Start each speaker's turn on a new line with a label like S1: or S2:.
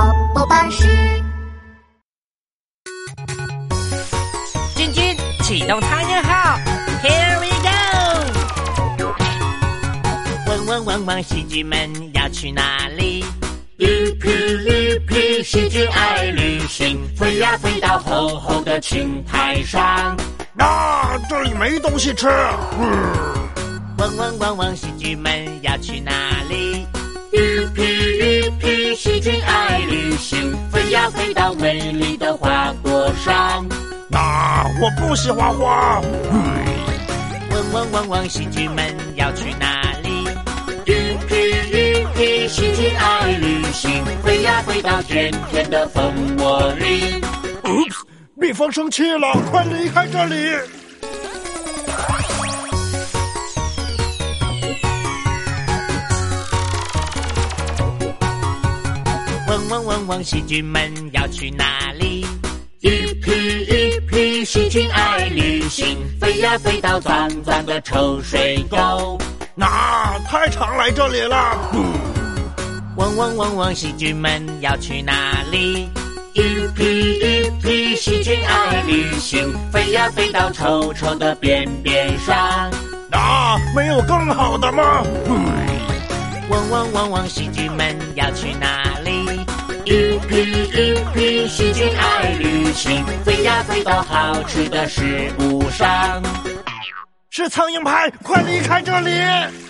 S1: 老师，
S2: 君君，启动苍鹰号，Here we go！汪汪汪汪，喜剧们要去哪里？
S3: 一匹一匹喜剧爱旅行，飞呀飞到厚厚的青苔上。
S4: 啊，这里没东西吃。
S2: 汪汪汪汪，喜剧们要去哪里？
S3: 一匹一匹喜剧爱旅行，飞呀飞到美丽的花朵上。
S4: 啊，我不喜欢花。
S2: 汪汪汪汪，喜剧们要去哪里？
S3: 一匹一匹喜剧爱旅行，飞呀飞到甜甜的蜂窝里。
S4: Oops，蜜蜂生气了，快离开这里！
S2: 汪汪汪汪，喜剧们要去哪里？
S3: 一匹一匹喜剧爱旅行，飞呀飞到脏脏的臭水沟。
S4: 啊，太常来这里了。
S2: 汪汪汪汪，喜剧们要去哪里？
S3: 一匹一匹喜剧爱旅行，飞呀飞到臭臭的边边上。
S4: 啊，没有更好的吗？
S2: 汪汪汪汪，喜剧们要去哪里？
S3: 一匹一匹喜剧爱旅行，飞呀飞到好吃的食物上。
S4: 是苍蝇拍，快离开这里！